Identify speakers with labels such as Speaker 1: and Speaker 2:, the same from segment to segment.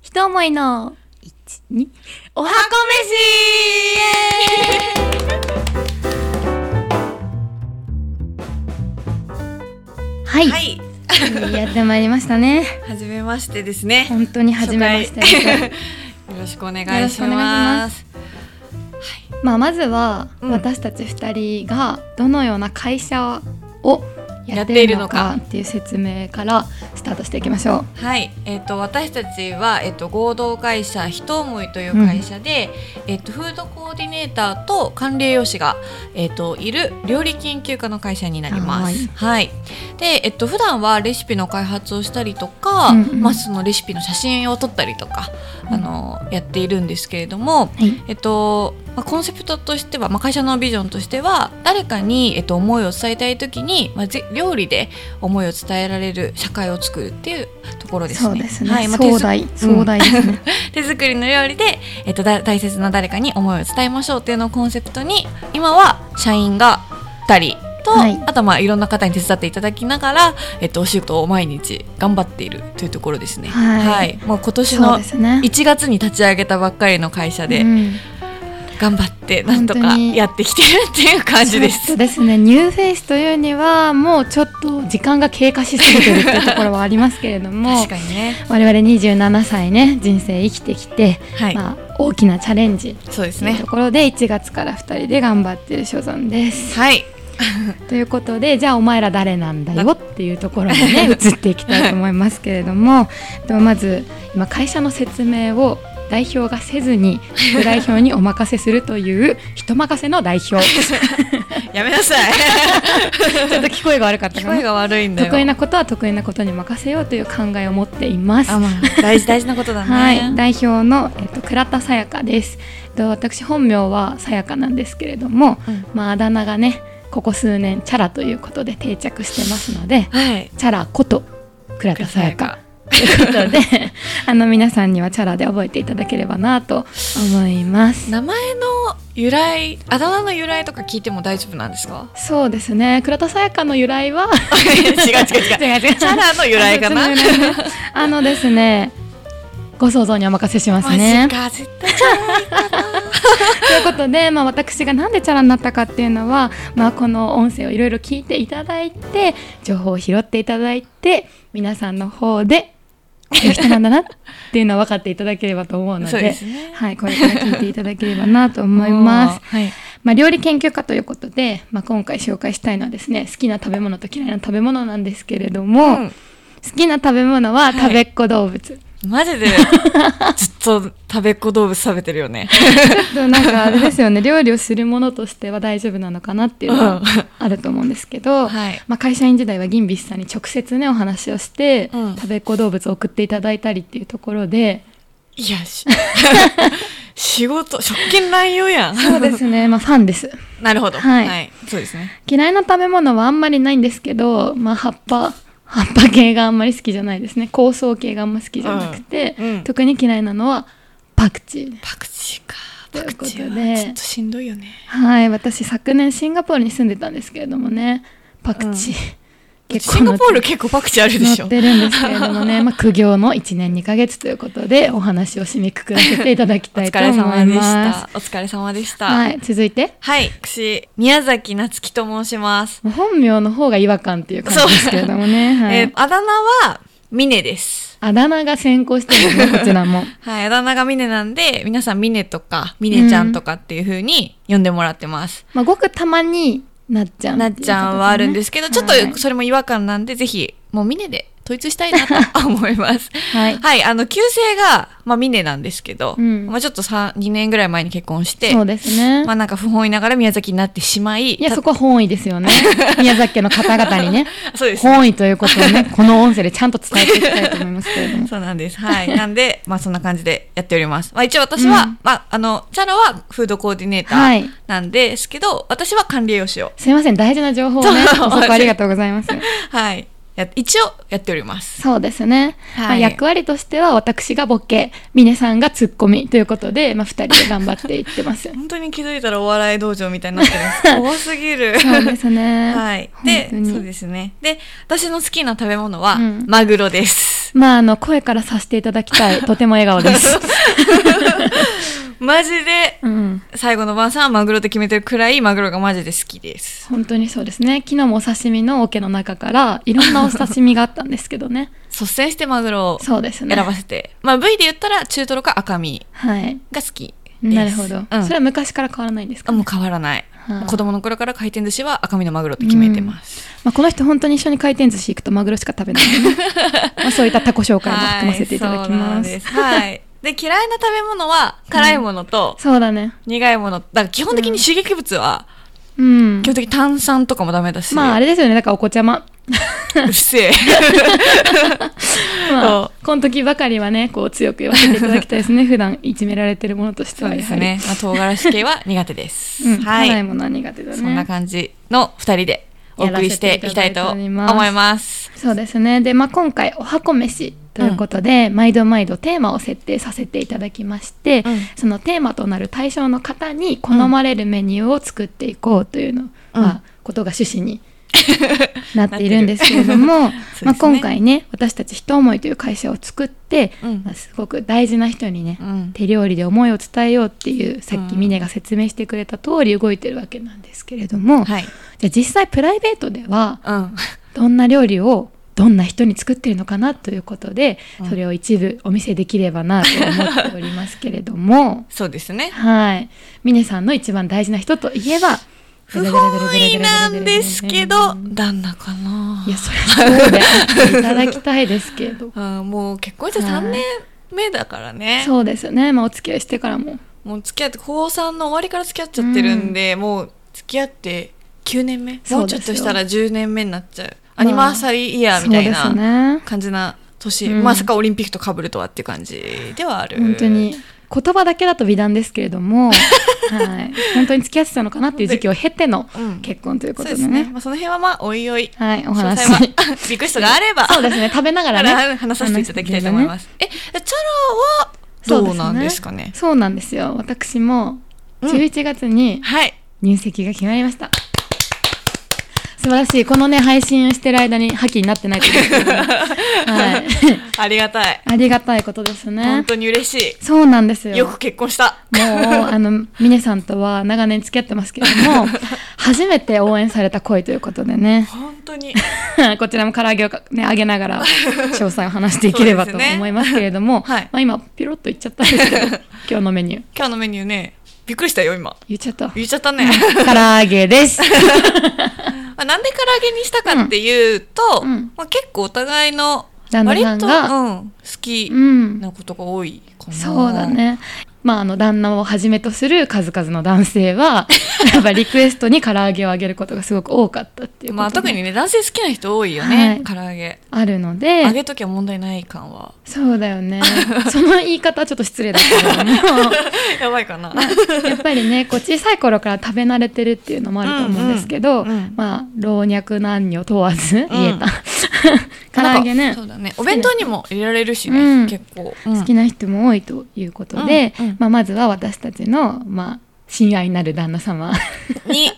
Speaker 1: 一思いの一二おはこ飯はい、
Speaker 2: はい、
Speaker 1: やってまいりましたね
Speaker 2: はじめましてですね。
Speaker 1: 本当に初めましてです
Speaker 2: 初回 よろしくお願いします。
Speaker 1: まあまずは
Speaker 2: うん
Speaker 1: 私たち二人がどのような会社をやっているの
Speaker 2: や
Speaker 1: かっ
Speaker 2: っているのか
Speaker 1: ていう説明からスタートしていきましょう
Speaker 2: はい、えっ、と私たちはえっ、と合同会社ひと思いという会社で、えっ、とフードコーディネーターと管理栄養士がえっ、といる料理研究家の会社になりま
Speaker 1: はい
Speaker 2: す。はい。でえっ、と普段はレシピの開発をしたりとか、
Speaker 1: うんうん
Speaker 2: まあそのレシピの写真を撮ったりとか、
Speaker 1: うん
Speaker 2: あのやっているんですけれども、
Speaker 1: はい
Speaker 2: えっとまあ、コンセプトとしては、まあ、会社のビジョンとしては誰かに、えっと、思いを伝えたい時に、まあ、ぜ料理で思いを伝えられる社会を作るっていうところですね。
Speaker 1: そうですね、
Speaker 2: はいまあ、手
Speaker 1: 壮
Speaker 2: づ
Speaker 1: 大壮大です ね、
Speaker 2: 手作りの料理で、えっと、だ大切な誰かに思いを伝えましょうっていうのをコンセプトに今は社員が2人と、
Speaker 1: はい
Speaker 2: あとはまあいろんな方に手伝っていただきながら、えっと、お仕事を毎日頑張っているというところですね。
Speaker 1: はい
Speaker 2: もう今年
Speaker 1: そう
Speaker 2: の
Speaker 1: ですね
Speaker 2: 1月に立ち上げたばっかりの会社で、
Speaker 1: うん
Speaker 2: 頑張ってなんと
Speaker 1: 本
Speaker 2: か
Speaker 1: 当に
Speaker 2: やってきてるっていう感じで
Speaker 1: ちょ
Speaker 2: す
Speaker 1: っと。ですねニューフェイスというにはもうちょっと時間が経過しすぎてるというところはありますけれども
Speaker 2: 確かにね。
Speaker 1: 我々27歳ね人生生きてきて、
Speaker 2: はい、
Speaker 1: まあ、大きなチャレンジ
Speaker 2: そうです
Speaker 1: という
Speaker 2: ね
Speaker 1: と。ころで1月から2人で頑張ってる所存です。
Speaker 2: はい、
Speaker 1: ということでじゃあお前ら誰なんだよっていうところに ね移っていきたいと思いますけれどもではまず今会社の説明を代表がせずに副代表にお任せするという人任せの代表 ち
Speaker 2: やめなさい。
Speaker 1: ょっと聞こえが悪かった
Speaker 2: 聞
Speaker 1: か
Speaker 2: こ
Speaker 1: な
Speaker 2: えが悪いんだよ。
Speaker 1: 得意なことは得意なことに任せようという考えを持っています。
Speaker 2: あ、まあ、大事 大事なことだね。
Speaker 1: はい、代表の、えっと、倉田さやかです。えっと、私本名はさやかなんですけれども、
Speaker 2: うん
Speaker 1: まあ、あだ名がね、ここ数年チャラということで定着してますので。
Speaker 2: はい。
Speaker 1: チャラこと倉田さやかということで、あの皆さんにはチャラで覚えていただければなと思います。
Speaker 2: 名前の由来、あだ名の由来とか聞いても大丈夫なんですか
Speaker 1: そうですね、倉田さやかの由来は。
Speaker 2: 違う違う違う。
Speaker 1: 違う違う
Speaker 2: チャラの由来かな。
Speaker 1: あそうそう由来ね あのですね。ご想像にお任せしますね
Speaker 2: マジ。か、絶対チャラいかな。
Speaker 1: ということで、まあ、私がなんでチャラになったかっていうのは、まあ、この音声をいろいろ聞いていただいて情報を拾っていただいて皆さんの方でこういう人なんだなっていうのは分かっていただければと思うので
Speaker 2: そうですね
Speaker 1: はい、これから聞いていただければなと思い ます。
Speaker 2: おーはい。
Speaker 1: まあ、料理研究家ということで、まあ、今回紹介したいのはですね好きな食べ物と嫌いな食べ物なんですけれども、
Speaker 2: うん
Speaker 1: 好きな食べ物は食べっ子動 物。
Speaker 2: マジでずっと食べっ子動物食べてるよね。
Speaker 1: ちょっとなんかあれですよね料理をするものとしては大丈夫なのかなっていうの
Speaker 2: う
Speaker 1: は
Speaker 2: ん
Speaker 1: あると思うんですけど、
Speaker 2: はい
Speaker 1: まあ、会社員時代は銀ビスさんに直接ねお話をして、
Speaker 2: うん
Speaker 1: 食べっ子動物を送っていただいたりっていうところ で
Speaker 2: いや、し仕事、職権乱用やん。
Speaker 1: そうですねまあファンです
Speaker 2: なるほど、
Speaker 1: は
Speaker 2: はいい。そうですね。
Speaker 1: 嫌いな食べ物はあんまりないんですけど、まあ、葉っぱ葉っぱ系があんまり好きじゃないですね香草系があんま好きじゃなくて、
Speaker 2: うんうん
Speaker 1: 特に嫌いなのはパクチーです
Speaker 2: パクチーか。
Speaker 1: とい
Speaker 2: パ
Speaker 1: う
Speaker 2: ク
Speaker 1: こと
Speaker 2: チ
Speaker 1: で
Speaker 2: ーはちょっとしんどいよね。
Speaker 1: はい私昨年シンガポールに住んでたんですけれどもねパクチー、 結構
Speaker 2: シンガポール 結構パクチーあるでし
Speaker 1: 載
Speaker 2: ょ
Speaker 1: っ。てるんですけれども ね、まあ、苦行の1年2ヶ月ということでお話を締めくくらせていただき
Speaker 2: お
Speaker 1: たい
Speaker 2: 疲
Speaker 1: と思
Speaker 2: れ
Speaker 1: い
Speaker 2: 様でし
Speaker 1: ます
Speaker 2: た。。お疲れ様でした。は。
Speaker 1: はいい、続いて
Speaker 2: 私、宮崎夏樹と申します。
Speaker 1: 本名の方が違和感っていう感じですけれどもね、はい
Speaker 2: えーあだ名は、ミネです。
Speaker 1: あだ名が先行してる ねこちらも
Speaker 2: はい。あだ名がミネなんで、皆さんミネとか、ミネちゃんとかっていう風に呼んでもらってます。
Speaker 1: まあごくたまになっちゃん
Speaker 2: なっちゃんはあるんですけど、ちょっと
Speaker 1: はい
Speaker 2: それも違和感なんで、ぜひ、もうミネで統一したいなと思います。
Speaker 1: はい
Speaker 2: はい、あの、旧姓が、まあ、ミネなんですけど、
Speaker 1: うん
Speaker 2: まあ、ちょっとさ2年ぐらい前に結婚して、
Speaker 1: そうですね、
Speaker 2: まあ、なんか不本意ながら宮崎になってしまい、
Speaker 1: いや
Speaker 2: た
Speaker 1: そこは本意です よね宮崎家の方々にね
Speaker 2: そうですね。
Speaker 1: 本意ということをねこの音声でちゃんと伝えていきたいと思いますけれども
Speaker 2: そうなんです。はい。なんで、まあ、そんな感じでやっております。まあ、一応私は、
Speaker 1: うん
Speaker 2: まあ、あの、チャラはフードコーディネータ
Speaker 1: はい
Speaker 2: ーなんですけど、私は管理栄養士を、
Speaker 1: すいません大事な情報をね
Speaker 2: そう
Speaker 1: 補足ありがとうございます
Speaker 2: はい、や一応やっております。
Speaker 1: そうですね、
Speaker 2: はい
Speaker 1: まあ、役割としては私がボケ峰さんがツッコミということで、まあ、2人で頑張っていってます
Speaker 2: 本当に気づいたらお笑い道場みたいになってるんです。怖 すぎる。
Speaker 1: そうですね
Speaker 2: はい。
Speaker 1: 本
Speaker 2: で
Speaker 1: 当、に
Speaker 2: そうですね。で、私の好きな食べ物は、
Speaker 1: うん
Speaker 2: マグロです。
Speaker 1: まあ、あの声からさせていただき たいとても笑顔です、
Speaker 2: マジで
Speaker 1: うん、
Speaker 2: 最後の晩さんはマグロって決めてるくらいマグロがマジで好きです
Speaker 1: 本当にそうですね昨日もお刺身の桶の中からいろんなお刺身があったんですけど ね
Speaker 2: 率先してマグロを選
Speaker 1: そうですね
Speaker 2: ばせて、まあ部位で言ったら中トロか赤身
Speaker 1: はい
Speaker 2: が好きです
Speaker 1: なるほど、
Speaker 2: うん
Speaker 1: それは昔から変わらないんですか、
Speaker 2: あもう変わらない、
Speaker 1: はい
Speaker 2: 子供の頃から回転寿司は赤身のマグロって決めてます、
Speaker 1: まあ、この人本当に一緒に回転寿司行くとマグロしか食 べない、まあ、そういったタコ紹介も含ませていただきます
Speaker 2: はいそうなんですはいで嫌いな食べ物は辛いものと
Speaker 1: そうだね
Speaker 2: 苦いもの、だから基本的に刺激物は、
Speaker 1: うん
Speaker 2: 基本的に炭酸とかもダメだし、
Speaker 1: まああれですよねだからお子ちゃま、
Speaker 2: うるせえ
Speaker 1: ま
Speaker 2: そ
Speaker 1: あ、この時ばかりはねこう強く言わせていただきたいです ね普段いじめられてるものとして
Speaker 2: そう
Speaker 1: は
Speaker 2: で
Speaker 1: や
Speaker 2: す
Speaker 1: はり
Speaker 2: ね、まあ、唐辛子系は苦手です、
Speaker 1: うん、
Speaker 2: はい
Speaker 1: 辛いものは苦手だね
Speaker 2: そんな感じの2人でお送りしていきたいと思
Speaker 1: やらせ
Speaker 2: い
Speaker 1: ていただ
Speaker 2: ます。
Speaker 1: そうですねで、まあ、今回お箱飯ということで、毎度毎度テーマを設定させていただきまして、
Speaker 2: うん
Speaker 1: そのテーマとなる対象の方に好まれるメニューを作っていこうというの、まあ、ことが趣旨 になっているんですけれども、
Speaker 2: す
Speaker 1: ま
Speaker 2: ね
Speaker 1: あ、今回ね私たち「ひと思い」という会社を作って、
Speaker 2: うん
Speaker 1: まあ、すごく大事な人にね、
Speaker 2: うん
Speaker 1: 手料理で思いを伝えようっていうさっき
Speaker 2: うん
Speaker 1: ミネが説明してくれた通り動いてるわけなんですけれども、
Speaker 2: はい、
Speaker 1: じゃあ実際プライベートでは
Speaker 2: うん、
Speaker 1: どんな料理をどんな人に作ってるのかなということで、
Speaker 2: うん
Speaker 1: それを一部お見せできればなと思っておりますけれど も
Speaker 2: そうですね。
Speaker 1: はい峰さんの一番大事な人といえば。
Speaker 2: 不本意なんですけど、旦那かない
Speaker 1: やそれはそうであっていただきたいですけ ど
Speaker 2: あもう結婚して
Speaker 1: はい
Speaker 2: 3年目だからね。
Speaker 1: そうですよね、まあ、お付き合いしてからも
Speaker 2: もう付き合って高3の終わりから付き合っちゃってるんで、もう付き合って9年目も
Speaker 1: そうう
Speaker 2: ちょ
Speaker 1: で
Speaker 2: っ
Speaker 1: すよ
Speaker 2: としたら10年目になっちゃう。
Speaker 1: あ
Speaker 2: アニバーサリーイヤーみたい
Speaker 1: そ
Speaker 2: な
Speaker 1: うですね
Speaker 2: 感じな年、
Speaker 1: うん
Speaker 2: まさかオリンピックと被るとはっていう感じではある。
Speaker 1: 本当に言葉だけだと美談ですけれども、 はい、本当に付き合ってたのかなっていう時期を経ての
Speaker 2: うん
Speaker 1: 結婚ということ
Speaker 2: そう
Speaker 1: で
Speaker 2: です
Speaker 1: ね,、
Speaker 2: ね。まあ、その辺はまあ、おいおい。
Speaker 1: はいお話
Speaker 2: 詳細はリクエストがあれば。
Speaker 1: そうですね食べながらね
Speaker 2: 話させていただきたいと思いますす。え、チャラはどうなんですかね。
Speaker 1: そうなんですよ私も
Speaker 2: うん
Speaker 1: 11月に
Speaker 2: はい。
Speaker 1: 入籍が決まりました、素晴らしいこのね配信をしてる間に破棄になってないことですけど ねはい
Speaker 2: ありがたい。
Speaker 1: ありがたいことです
Speaker 2: 本
Speaker 1: ね
Speaker 2: 当に嬉し
Speaker 1: そうなんです
Speaker 2: い。
Speaker 1: よ
Speaker 2: よく結婚した。
Speaker 1: もうあの峰さんとは長年付き合ってますけれども初めて応援された恋ということでね
Speaker 2: 本当に。
Speaker 1: こちらも唐揚げをか、ね、揚げなが ら詳細を話していければと
Speaker 2: そうですね
Speaker 1: 思いますけれども、
Speaker 2: はい
Speaker 1: まあ、今ピロッと言っちゃったんです けど今日のメニュー
Speaker 2: 今日のメニューね、びっくりしたよ、今。
Speaker 1: 言っちゃ った
Speaker 2: 言っちゃったね。
Speaker 1: 唐揚げです。
Speaker 2: まあなんで唐揚げにしたかっていうと、
Speaker 1: うんうん
Speaker 2: まあ、結構お互いの
Speaker 1: 旦那
Speaker 2: 割
Speaker 1: さん
Speaker 2: と、
Speaker 1: が、
Speaker 2: うん、好き
Speaker 1: うん、
Speaker 2: なことが多いかな。
Speaker 1: そうだ。ね。まああの旦那をはじめとする数々の男性 はやっぱリクエストに唐揚げをあげることがすごく多かったっていうことで
Speaker 2: まあ特にね、男性好きな人多いよね、
Speaker 1: は
Speaker 2: 唐揚げ。
Speaker 1: あるの
Speaker 2: 揚
Speaker 1: で、
Speaker 2: げときは問題ない感は。
Speaker 1: そうだよ ね。その言い方はちょっと失礼だけれども。
Speaker 2: やばいかな。
Speaker 1: やっぱりねこう小さい頃から食べ慣れてるっていうのもあると思うんですけど、
Speaker 2: うんうんうん
Speaker 1: まあ老若男女問わず言えた、 唐揚げ
Speaker 2: なん
Speaker 1: ね
Speaker 2: かそうだね。お弁当にも入れられるしね、
Speaker 1: うん
Speaker 2: 結構。
Speaker 1: 好きな人も多いということで、
Speaker 2: うんうん
Speaker 1: まあ、まずは私たちの、まあ、親愛なる旦那様
Speaker 2: に、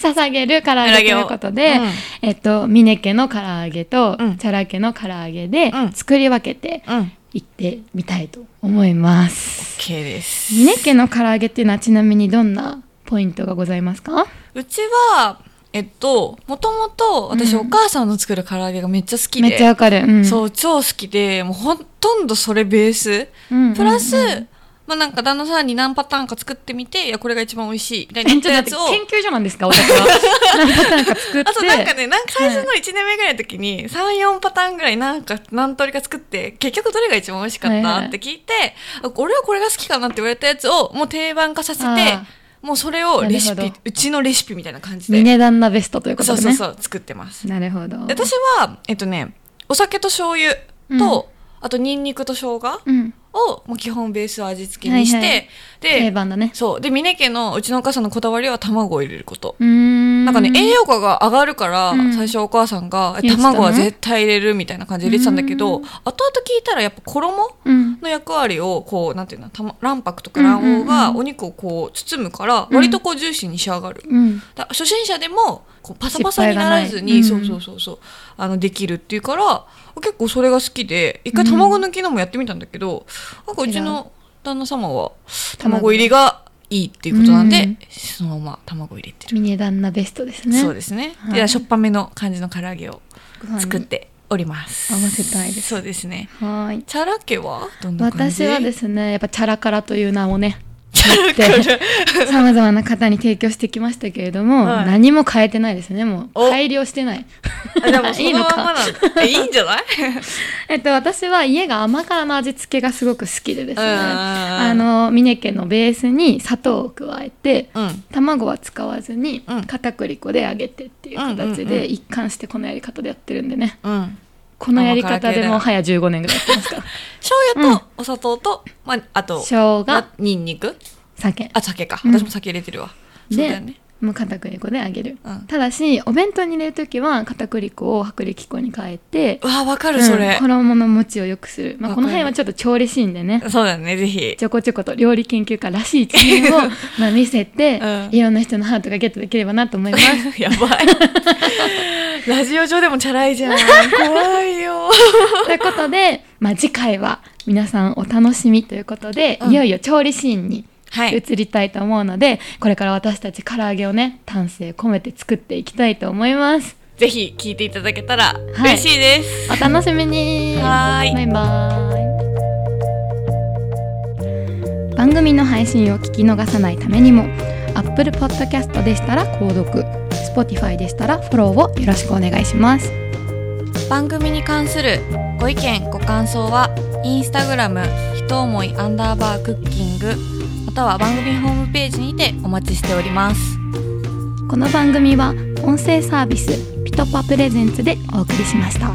Speaker 1: 捧げる唐揚げということで、
Speaker 2: 唐揚げをうん
Speaker 1: えっと峰家の唐揚げと、
Speaker 2: うん
Speaker 1: チャラ家の唐揚げで
Speaker 2: うん
Speaker 1: 作り分けて
Speaker 2: うん、
Speaker 1: いってみたいと思います。
Speaker 2: 系です。
Speaker 1: 峰家の唐揚げっていうのはちなみにどんなポイントがございますか
Speaker 2: うちは、えっと、もともと私、
Speaker 1: うん
Speaker 2: お母さんの作る唐揚げがめっちゃ好きで。
Speaker 1: めっちゃわかる、うん
Speaker 2: そう、超好きで、もうほとんどそれベース。プ
Speaker 1: プ
Speaker 2: ラス、まあなんか旦那さんに何パターンか作ってみて、いや、これが一番美味しい。みたいに言ったやつを。
Speaker 1: 研究所なんです か、お宅は。何パターンか作って。
Speaker 2: あとなんかね、なんか最初の1年目ぐらいの時に、3、4パターンぐらいなんか何通りか作って、結局どれが一番美味しかっ
Speaker 1: はい
Speaker 2: た
Speaker 1: はい
Speaker 2: って聞いて、あ俺はこれが好きかなって言われたやつをもう定番化させて
Speaker 1: あー、
Speaker 2: もうそれをレシ
Speaker 1: なる
Speaker 2: ピ
Speaker 1: ほど、
Speaker 2: うちのレシピみたいな感じ
Speaker 1: ミ
Speaker 2: で。
Speaker 1: ネ旦那ベストということ
Speaker 2: そ
Speaker 1: で
Speaker 2: う
Speaker 1: ね。
Speaker 2: そうそう、作ってます。
Speaker 1: なるほど。
Speaker 2: で私は、えっとね、お酒と醤油と、あとニンニクと生姜
Speaker 1: うん、
Speaker 2: をもう基本ベースを味付けにして、
Speaker 1: はいはい定
Speaker 2: で、
Speaker 1: 番だね。
Speaker 2: そう。で、峰家のうちのお母さんのこだわりは卵を入れること。
Speaker 1: うーん。
Speaker 2: なんかね、栄養価が上がるから、
Speaker 1: うん
Speaker 2: 最初お母さんが、え
Speaker 1: 言ってたね
Speaker 2: 卵は絶対入れるみたいな感じで入れてたんだけど、
Speaker 1: うん
Speaker 2: 後々聞いたらやっぱ衣
Speaker 1: うん。
Speaker 2: の役割を、こう、なんていうの、たま卵白とか卵黄
Speaker 1: うんうん
Speaker 2: が
Speaker 1: うん
Speaker 2: お肉をこう包むから、
Speaker 1: ん
Speaker 2: 割とこうジューシーに仕上がる。
Speaker 1: うん。
Speaker 2: だ初心者でも、こうパサパサにならずに、
Speaker 1: 失
Speaker 2: そ
Speaker 1: 敗がな
Speaker 2: う
Speaker 1: い
Speaker 2: そうそうそうあのできるっていうから結構それが好きで一回卵抜きのもやってみたんだけど、なんかうちの旦那様は卵入りがいいっていうことなんで、
Speaker 1: うん
Speaker 2: そのまま卵入れてる、
Speaker 1: ミネダンナベストですね
Speaker 2: そうですね、
Speaker 1: はい
Speaker 2: ではしょっぱめの感じの唐揚げを
Speaker 1: ご飯に
Speaker 2: 作っております、
Speaker 1: 合わせたいです
Speaker 2: そうですね
Speaker 1: はーい
Speaker 2: チャラ家はどんな感じ
Speaker 1: 私はですねやっぱチャラカラという名をね
Speaker 2: チャラ
Speaker 1: て
Speaker 2: 家じゃ
Speaker 1: さまざまな方に提供してきましたけれども、
Speaker 2: はい
Speaker 1: 何も変えてないですねも
Speaker 2: お
Speaker 1: う改良してない
Speaker 2: あでもそ
Speaker 1: いい
Speaker 2: の
Speaker 1: のか
Speaker 2: ままなんだえいいんじゃない
Speaker 1: えっと 私は家が甘辛の味付けがすごく好きでですね
Speaker 2: うん
Speaker 1: あの峰家のベースに砂糖を加えて
Speaker 2: うん
Speaker 1: 卵は使わずに
Speaker 2: うん
Speaker 1: 片栗粉で揚げてっていう
Speaker 2: うん
Speaker 1: 形
Speaker 2: うんうん
Speaker 1: で一貫してこのやり方でやってるんでね
Speaker 2: うん
Speaker 1: このやり方
Speaker 2: 甘辛系
Speaker 1: で
Speaker 2: だ
Speaker 1: もう早15年ぐらいやってます から
Speaker 2: 醤油とお砂糖と、まあ、あと
Speaker 1: 生姜
Speaker 2: まニンニク
Speaker 1: 酒
Speaker 2: あ酒か
Speaker 1: うん
Speaker 2: 私も酒入れてるわ、そうだよね
Speaker 1: もう片栗粉で揚げる
Speaker 2: うん
Speaker 1: ただしお弁当に入れる時は片栗粉を薄力粉に変えて
Speaker 2: うわわかるそれ
Speaker 1: うん、衣の持ちを良くする、まあ、
Speaker 2: わ
Speaker 1: こ
Speaker 2: かる
Speaker 1: の辺はちょっと調理シーンでね
Speaker 2: そうだねぜひ
Speaker 1: ちょこちょこと料理研究家らしい一面を まあ見せて、
Speaker 2: うん
Speaker 1: いろんな人のハートがゲットできればなと思います
Speaker 2: やばいラジオ上でもチャラいじゃん怖いよ
Speaker 1: ということで、まあ、次回は皆さんお楽しみということで、
Speaker 2: うん
Speaker 1: いよいよ調理シーンに
Speaker 2: は
Speaker 1: 移
Speaker 2: い
Speaker 1: りたいと思うので、これから私たち唐揚げをね丹精込めて作っていきたいと思います
Speaker 2: ぜひ聞いていただけたら
Speaker 1: い
Speaker 2: 嬉しいです、
Speaker 1: お楽しみに
Speaker 2: はーい
Speaker 1: バイバイ番組の配信を聞き逃さないためにも Apple Podcast でしたら購読 Spotify でしたらフォローをよろしくお願いします
Speaker 2: 番組に関するご意見ご感想はインスタグラムひと思いアンダーバークッキングまたは番組ホームページにてお待ちしております
Speaker 1: この番組は音声サービスピトパプレゼンツでお送りしました